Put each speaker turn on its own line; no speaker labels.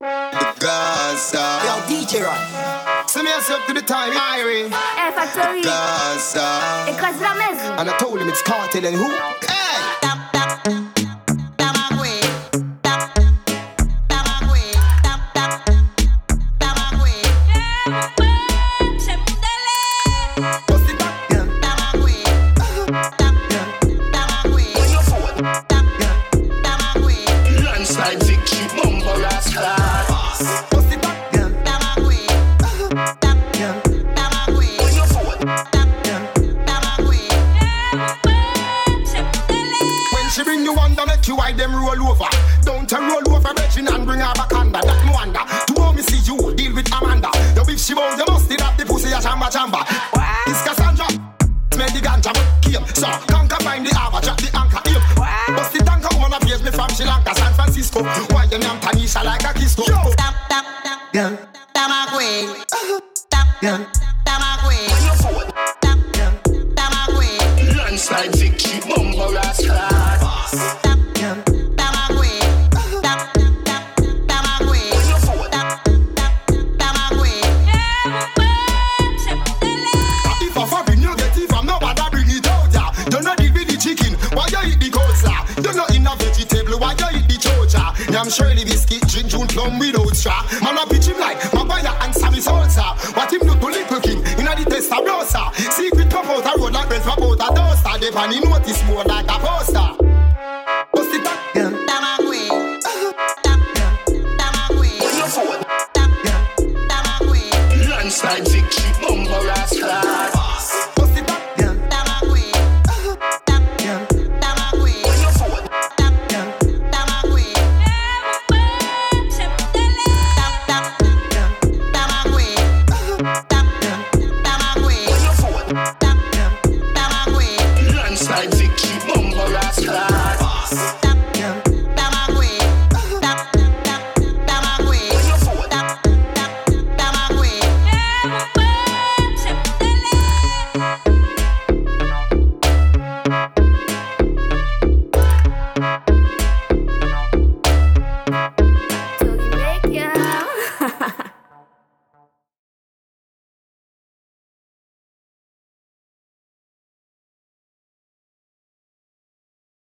The Gaza.
Yo, DJ Rod.
Send me yourself to the time, Irie.
Air Factory
Gaza.
et Cause la maison.
And I told him it's cartel and who? Hey! Bust it back, yeah.
Landslide victory, bumper rascal.
Bust it back, yeah. yeah.
When you forward,
When she bring you under, make you hide them roll over. Don't tell roll over, Regine, and bring her back under. That no wonder. To how me see you, deal with Amanda. Yo, if she bound, you must did have the pussy a chamba chamba. This Cassandra, made the ganja but came. So, conquer find the hour, drop the anchor aim. Bust the tanker, woman appears me from Sri Lanka, San Francisco. Why you name Tanisha like a kiss Yo, yeah, yeah,
when you forward, landslide victory, bumper rascal.
yeah.
When you forward,
If a fabric you get it from nobody bring it out ya. You no deal with the chicken, why you eat the coleslaw? You no in a vegetable, why you eat the chocha? Yam Shirley biscuit, gin june plum without straw. Man a pitch him like Maguire and Sammy Sosa. What him do to Little King inna the testa blosa? Secret cup out a road like bread from out a toaster. They pan him notice more like a poster.